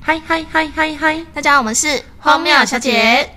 嗨嗨嗨嗨嗨！大家好，我们是荒谬小姐。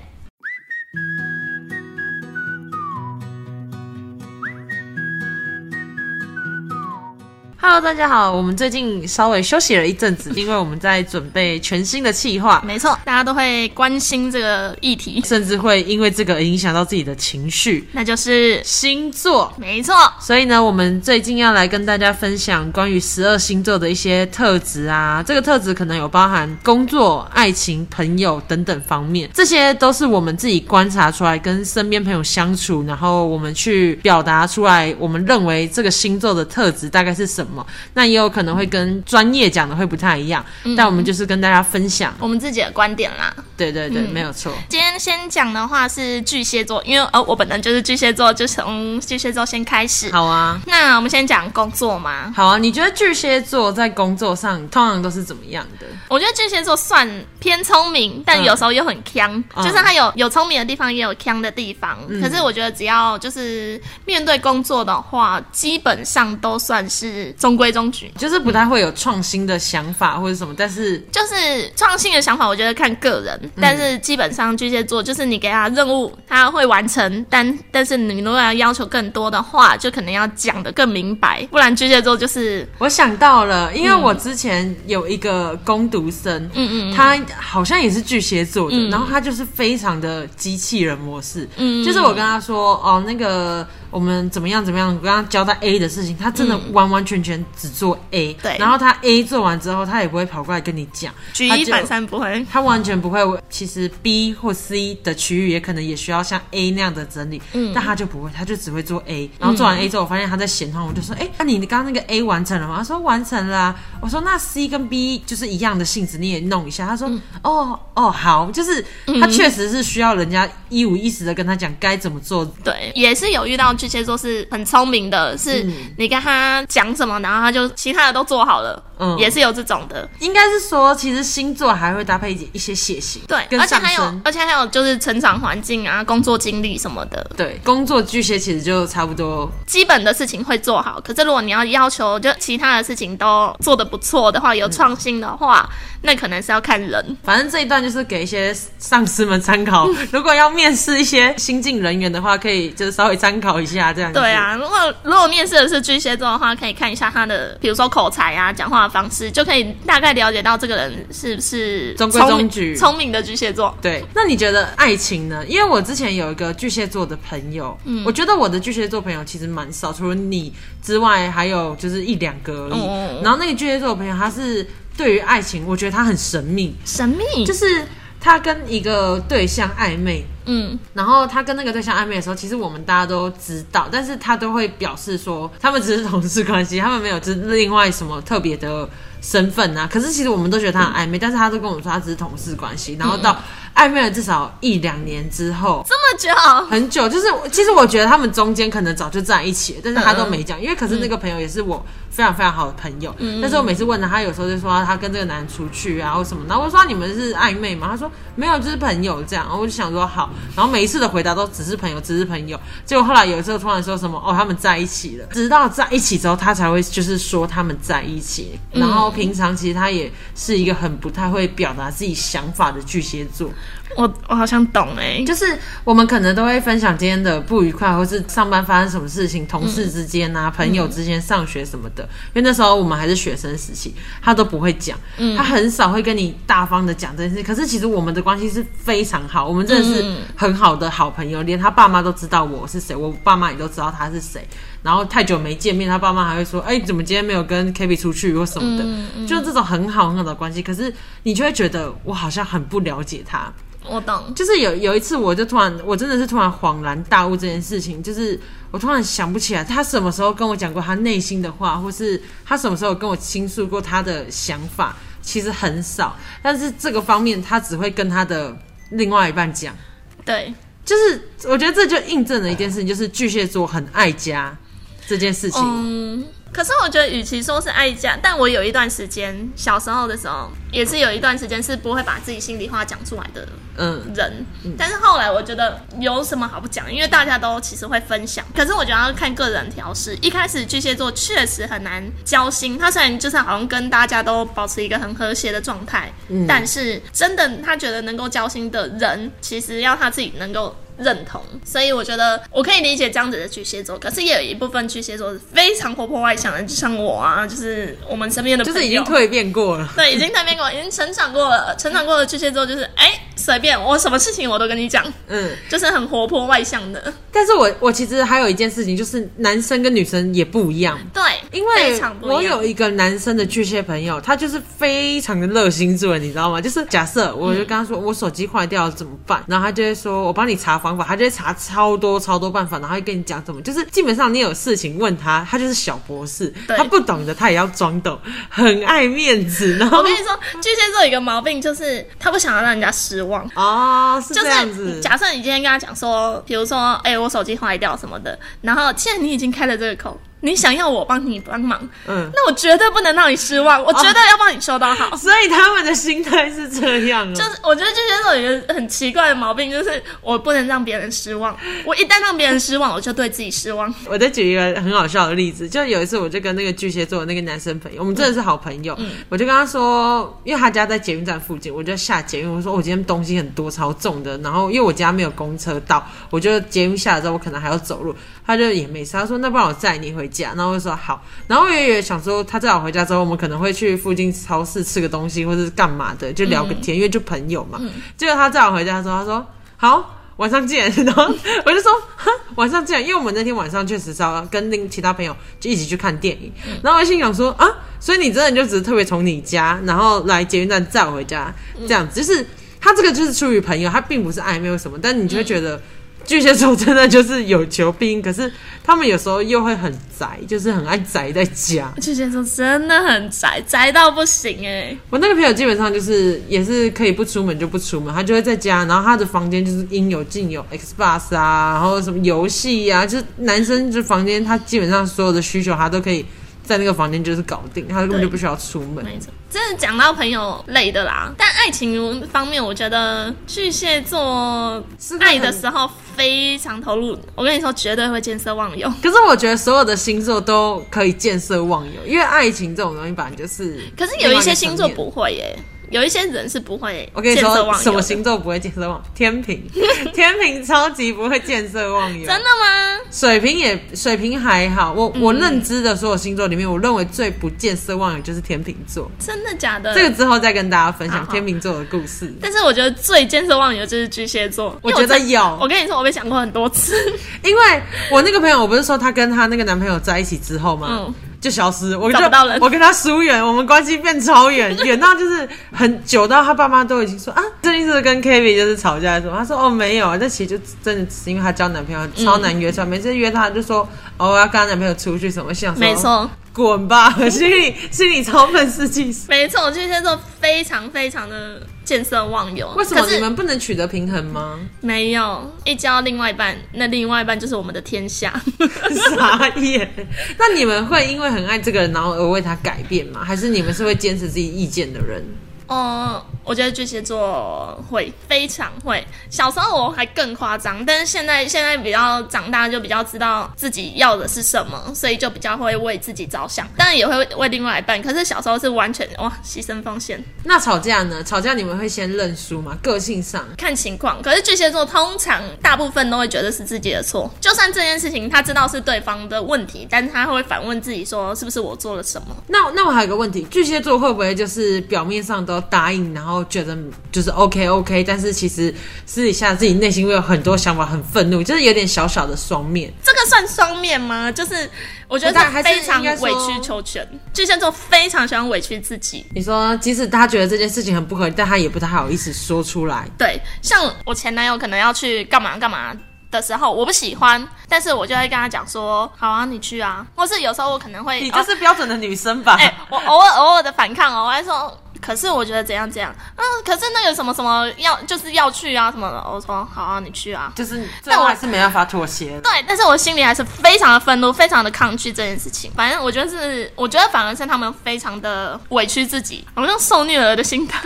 Hello，大家好，我们最近稍微休息了一阵 子，因为我们在准备全新的企划，没错，大家都会关心这个议题， 甚至会因为这个而影响到自己的情绪、那就是星座。没错，所以呢，我们最近要来跟大家分享关于十二星座的一些特质啊，这个特质可能有包含工作、爱情、朋友等等方面，这些都是我们自己观察出来，跟身边朋友相处，然后我们去表达出来，我们认为这个星座的特质大概是什么。那也有可能会跟专业讲的会不太一样，但我们就是跟大家分享。我们自己的观点啦。对对对，没有错。今天先讲的话是巨蟹座，因为呃，我本人就是巨蟹座，就从巨蟹座先开始。好啊，那我们先讲工作嘛。好啊，你觉得巨蟹座在工作上通常都是怎么样的？我觉得巨蟹座算偏聪明，但嗯有时候又很强、嗯就是他有有聪明的地方，也有强的地方、可是我觉得只要就是面对工作的话，基本上都算是中规中矩。就是不太会有创新的想法或者什么，但是就是创新的想法，我觉得看个人，嗯但是基本上巨蟹座就是你给他任务，他会完成，但但是你如果要要求更多的话，就可能要讲得更明白，不然巨蟹座就是我想到了，因为我之前有一个攻读生，嗯嗯，他好像也是巨蟹座的，然后他就是非常的机器人模式，嗯，就是我跟他说，哦，那个我们怎么样怎么样，我跟他交代 A 的事情，他真的完完全全只做 A，、对然后他 A 做完之后，他也不会跑过来跟你讲，举他一就反三不会。他完全不会。其实 B 或 C 的区域也可能也需要像 A 那样的整理，嗯但他就不会，他就只会做 A。然后做完 A 之后，我发现他在闲晃，我就说：“哎、那、你刚刚那个 A 完成了吗？”他说：“完成了啊、我说：“那 C 跟 B 就是一样的性质，你也弄一下。”他嗯说：“哦哦，好，就是他确实是需要人家一五一十的跟他讲该怎么做。对，也是有遇到巨蟹座是很聪明的，是嗯你跟他讲什么，然后他就其他的都做好了，嗯也是有这种的。应该是说，其实星座还会搭配一一些血型，对，跟而且上还有升，。而且还有就是成长环境啊、工作经历什么的，对，工作巨蟹其实就差不多基本的事情会做好，可是如果你要要求就其他的事情都做得不错的话，有创新的话，那可能是要看人。反正这一段就是给一些上司们参 考，如果要面试一些新进人员的话，可以就是稍微参考一下这样子。对，啊，如果如果面试的是巨蟹座的话，可以看一下他的，比如说口才啊、讲话的方式，就可以大概了解到这个人是不是中规聪明中矩聪明的巨蟹座。对。那你觉得爱情呢？因为我之前有一个巨蟹座的朋友，嗯我觉得我的巨蟹座朋友其实蛮少，除了你之外，还有就是一两个而已。嗯嗯嗯然后那个巨蟹座的朋友，他是对于爱情，我觉得他很神秘，神秘，就是是他跟一个对象暧昧，嗯，然后他跟那个对象暧昧的时候，其实我们大家都知道，但是他都会表示说，他们只是同事关系，他们没有就是另外什么特别的身份啊。可是其实我们都觉得他很暧昧，但是他都跟我们说他只是同事关系。然后到暧昧了至少一两年之后，这么久，很久，就是其实我觉得他们中间可能早就在一起了，但是他都没讲，因为可是那个朋友也是我非常非常好的朋友，但是我每次问他，他有时候就说他跟这个男人出去啊或什么，然后我就说你们是暧昧吗？他说没有，就是朋友这样，然后我就想说好，然后每一次的回答都只是朋友，只是朋友，结果后来有一次突然说什么哦他们在一起了，直到在一起之后他才会就是说他们在一起，然后平常其实他也是一个很不太会表达自己想法的巨蟹座，我我好像懂哎、就是我们可能都会分享今天的不愉快，或是上班发生什么事情，同事之间啊、朋友之间、上学什么的。因为那时候我们还是学生时期，他都不会讲，他很少会跟你大方的讲这件事。可是其实我们的关系是非常好，我们真的是很好的好朋友，连他爸妈都知道我是谁，我爸妈也都知道他是谁。然后太久没见面，他爸妈还会说：“哎、怎么今天没有跟 k b 出去或什么的？”就是这种很好很好的关系，可是你就会觉得我好像很不了解他。我懂，就是有有一次，我就突然，我真的是突然恍然大悟这件事情，就是我突然想不起来他什么时候跟我讲过他内心的话，或是他什么时候跟我倾诉过他的想法，其实很少。但是这个方面，他只会跟他的另外一半讲。对。就是我觉得这就印证了一件事情，就是巨蟹座很爱家这件事情。嗯，可是我觉得，与其说是爱家，但我有一段时间，小时候的时候，也是有一段时间是不会把自己心里话讲出来的嗯，人。但是后来我觉得有什么好不讲，因为大家都其实会分享。可是我觉得要看个人调试。一开始巨蟹座确实很难交心，他虽然就是好像跟大家都保持一个很和谐的状态，嗯但是真的他觉得能够交心的人，其实要他自己能够。认同，所以我觉得我可以理解这样子的巨蟹座，可是也有一部分巨蟹座是非常活泼外向的，就像我啊，就是我们身边的就朋是友，已经蜕变过了。对，已经蜕变过，已经成长过了。成长过的巨蟹座就是，哎、随便我什么事情我都跟你讲，嗯，就是很活泼外向的。但是我我其实还有一件事情，就是男生跟女生也不一样。对，因非为常不我一样有一个男生的巨蟹朋友，他就是非常的热心助人，你知道吗？就是假设我就跟他说、我手机坏掉了怎么办，然后他就会说我帮你查方法，他就会查超多超多办法，然后会跟你讲怎么，就是基本上你有事情问他，他就是小博士，对他不懂的他也要装懂，很爱面子，然我后跟你说，巨蟹座有一个毛病就是他不想要让人家失望。哦是就这样是子，假设你今天跟他讲说，比如说，哎、我手机坏掉什么的，然后既然你已经开了这个口，你想要我帮你帮忙，嗯，那我绝对不能让你失望，我绝对要帮你修到好。所以他们的心态是这样就哦。是我觉得巨蟹座有一个很奇怪的毛病，就是我不能让别人失望。我一旦让别人失望，我就对自己失望。我再举一个很好笑的例子，就有一次我就跟那个巨蟹座的那个男生朋友，我们真的是好朋友，我就跟他说，因为他家在捷运站附近，我就下捷运，我说我今天东西很多超重的，然后因为我家没有公车到，我就捷运下了之后，我可能还要走路，他就也没事，他说那不然我载你回家，然后我就说好，然后我也想说他载我回家之后，我们可能会去附近超市吃个东西或者是干嘛的，就聊个天，因为就朋友嘛，结果他载我回家的时候，他说好。晚上见，然后我就说哈晚上见，因为我们那天晚上确实是要跟另其他朋友就一起去看电影，然后我心想说啊，所以你真的就只是特别从你家，然后来捷运站载我回家这样子，就是他这个就是出于朋友，他并不是暧昧或什么，但你就会觉得。巨蟹座真的就是有求必应，可是他们有时候又会很宅，就是很爱宅在家。巨蟹座真的很宅，宅到不行哎、我那个朋友基本上就是也是可以不出门就不出门，他就会在家，然后他的房间就是应有尽有，Xbox 啊，然后什么游戏啊，就是男生就房间他基本上所有的需求他都可以在那个房间就是搞定，他根本就不需要出门。没错，真的讲到朋友类的啦，但爱情方面，我觉得巨蟹座是个爱的很时候非常投入，我跟你说，绝对会见色忘友。可是我觉得所有的星座都可以见色忘友，因为爱情这种东西本来就是。可是有一些星座，不会耶、有一些人是不会我跟见你色说，忘什友么的。星座不会见色忘？天平， 天平超级不会见色忘友，真的吗？水瓶也水瓶还好，我、嗯我认知的所有星座里面，我认为最不见色忘友就是天秤座。真的假的？这个之后再跟大家分享好好天秤座的故事。但是我觉得最见色忘友就是巨蟹座，我因为觉得真有我跟你说，我被想过很多次， 因为我那个朋友，我不是说她跟她那个男朋友在一起之后嘛，嗯就消失，我就找不到人我跟她疏远，我们关系变超远，远到就是很久到她爸妈都已经说啊，最近是不是跟 k a v i 就是吵架什么？她说哦没有啊，但其实就真的只是因为她交男朋友超难嗯约出来，每次约她就说哦我要跟她男朋友出去什么，我心想说没错，滚 吧，心里心里超愤世嫉俗。没错，巨蟹座非常非常的见色忘友。为什么可你是们不能取得平衡吗？没有一交另外一半，那另外一半就是我们的天下？ 傻眼！那你们会因为很爱这个人，然后而为他改变吗？还是你们是会坚持自己意见的人？嗯，我觉得巨蟹座会非常会。小时候我还更夸张，但是现在现在比较长大，就比较知道自己要的是什么，所以就比较会为自己着想，当然也会为另外一半。可是小时候是完全哇，牺牲奉献。那吵架呢？吵架你们会先认输吗？个性上，看情况。可是巨蟹座通常大部分都会觉得是自己的错，就算这件事情他知道是对方的问题，但是他会反问自己说，是不是我做了什么？那那我还有个问题，巨蟹座会不会就是表面上都答应，然后觉得就是 OK OK，但是其实私底下自己内心会有很多想法，很愤怒，就是有点小小的双面。这个算双面吗？就是我觉得但他还是非常应该说委曲求全，巨蟹座非常喜欢委屈自己。你说，即使他觉得这件事情很不合理，但他也不太好意思说出来。对，像我前男友可能要去干嘛干嘛的时候，我不喜欢，但是我就会跟他讲说，好啊，你去啊，或是有时候我可能会，你哦 就是标准的女生吧？哎、我偶尔偶尔的反抗哦，我还说可是我觉得怎样怎样，嗯，可是那个什么什么要就是要去啊什么的，我说好啊，你去啊。就是最后还是没办法妥协的。对，但是我心里还是非常的愤怒，非常的抗拒这件事情。反正我觉得是，我觉得反而是他们非常的委屈自己，好像受虐儿的心态。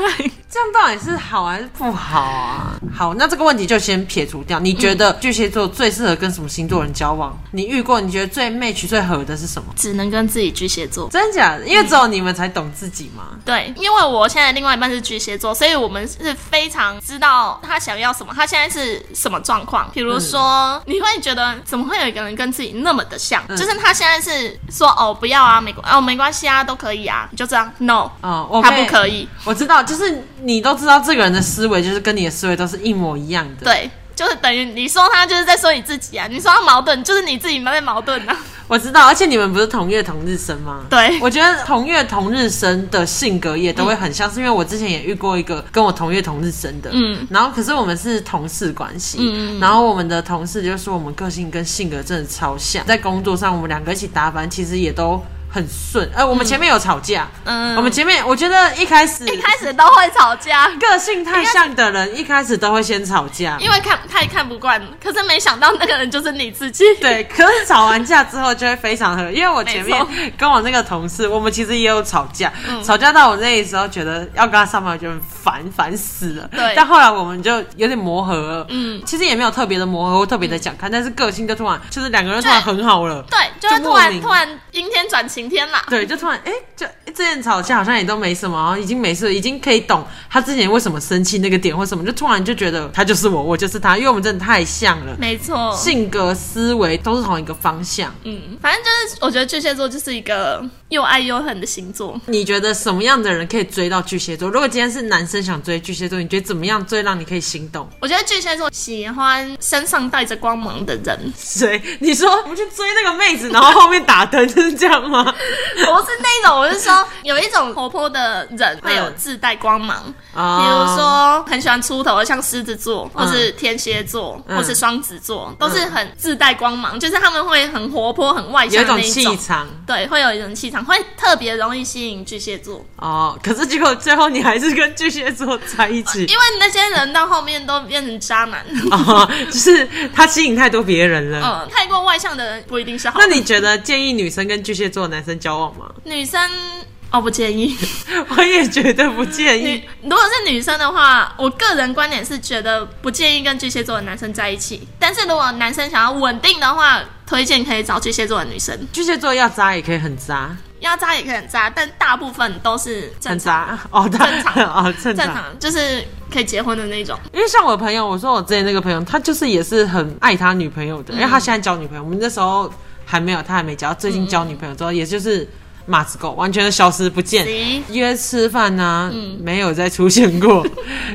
这样到底是好还是不好啊？嗯好，那这个问题就先撇除掉。你觉得巨蟹座最适合跟什么星座人交往？你遇过你觉得最 match 最合的是什么？ 嗯只能跟自己巨蟹座。真假的？因为只有你们才懂自己嘛。对，因为我现在另外一半是巨蟹座，所以我们是非常知道他想要什么，他现在是什么状况。比如说，你会觉得怎么会有一个人跟自己那么的像？嗯就是他现在是说哦不要啊，没关哦没关系啊，都可以啊，你就这样 no，、哦，我他被不可以。我知道，就是你都知道这个人的思维就是跟你的思维都是一模一样的。，对，就是等于你说他就是在说你自己啊，你说他矛盾，就是你自己在 矛盾啊。我知道，而且你们不是同月同日生吗？对 我觉得同月同日生的性格也都会很像，是因为我之前也遇过一个跟我同月同日生的，嗯，然后可是我们是同事关系，嗯，然后我们的同事就说我们个性跟性格真的超像，在工作上我们两个一起搭班，其实也都很顺，呃，我们前面有吵架，嗯，我们前面我觉得一开始一开始都会吵架，个性太像的人一开始都会先吵架，因为看太看不惯，可是没想到那个人就是你自 己。对，可是吵完架之后就会非常合，因为我前面没嗯跟我那个同事，我们其实也有吵架，吵架到我那时候觉得要跟他上班，我就很烦，烦死了。对但后来我们就有点磨合了，嗯嗯，其实也没有特别的磨合或特别的讲看，但是个性就突然就是两个人突然很好了。对，就会就突莫然名突然阴天转晴天啦。对，就突然哎、就之前吵架好像也都没什么，然后已经没事了，已经可以懂他之前为什么生气那个点或什么，就突然就觉得他就是我，我就是他，因为我们真的太像了，没错，性格思维都是同一个方向。嗯，反正就是我觉得巨蟹座就是一个又爱又恨的星座。你觉得什么样的人可以追到巨蟹座？如果今天是男生想追巨蟹座，你觉得怎么样最让你可以心 动？我觉得巨蟹座喜欢身上带着光芒的人，谁？你说我们去追那个妹子，然后后面打灯， 就是这样吗？不是那种， 我是说有一种活泼的人会有自带光芒，比啊如，说很喜欢出头的，像狮子座，或是天蝎座，嗯或是双子座，都是很自带光芒，就是他们会很活泼、很外有向一的种那嗯一气种。场对，会有一种气场，会特别容易吸引巨蟹座，哦。可是结果最后你还是跟巨蟹座在一起 因为那些人到后面都变成渣男。哦，就是他吸引太多别人了。嗯，太过外向的人不一定是好那的。你觉得建议女生跟巨蟹座的男生交往吗？ 女生哦不建议，我也绝对不建议。女如果是女生的话，我个人观点是觉得不建议跟巨蟹座的男生在一起。但是如果男生想要稳定的话，推荐可以找巨蟹座的女生，巨蟹座要渣也可以很渣，要渣也可以很渣，但大部分都是正很常渣哦，他正常 哦，正正常。常就是可以结婚的那种。因为像我朋友，我说我之前那个朋友，他就是也是很爱他女朋友的，因为他现在交女朋友，我们那时候还没有，他还没交，最近交女朋友之后，也就是马子狗完全的消失不见，行约吃饭呢、没有再出现 过，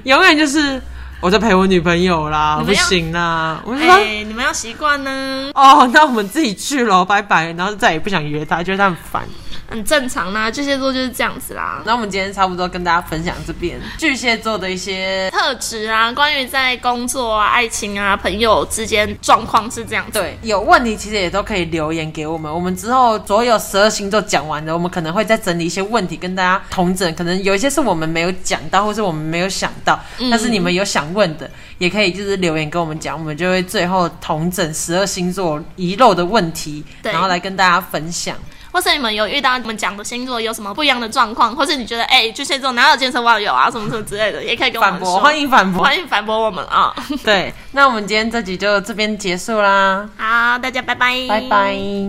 永远就是我在陪我女朋友啦，你不们要行啦，我就哎、说。你们要习惯呢，哦，那我们自己去咯，拜拜。然后再也不想约他，觉得他很烦。很正常啦，巨蟹座就是这样子啦。那我们今天差不多跟大家分享这边巨蟹座的一些特质啊，关于在工作啊、爱情啊、朋友之间状况是这样子。对，有问题其实也都可以留言给我们。我们之后所有十二星座讲完的，我们可能会再整理一些问题跟大家同整，可能有一些是我们没有讲到，或是我们没有想到，嗯但是你们有想问的，也可以就是留言跟我们讲，我们就会最后同整十二星座遗漏的问题，对然后来跟大家分享。或是你们有遇到你们讲的星座有什么不一样的状况，或是你觉得哎、巨蟹座哪有健身网友啊，什么什么之类的，也可以跟我反们驳，说。欢迎反驳。欢迎反驳我们啊！对，那我们今天这集就这边结束啦，好，大家拜拜，拜拜。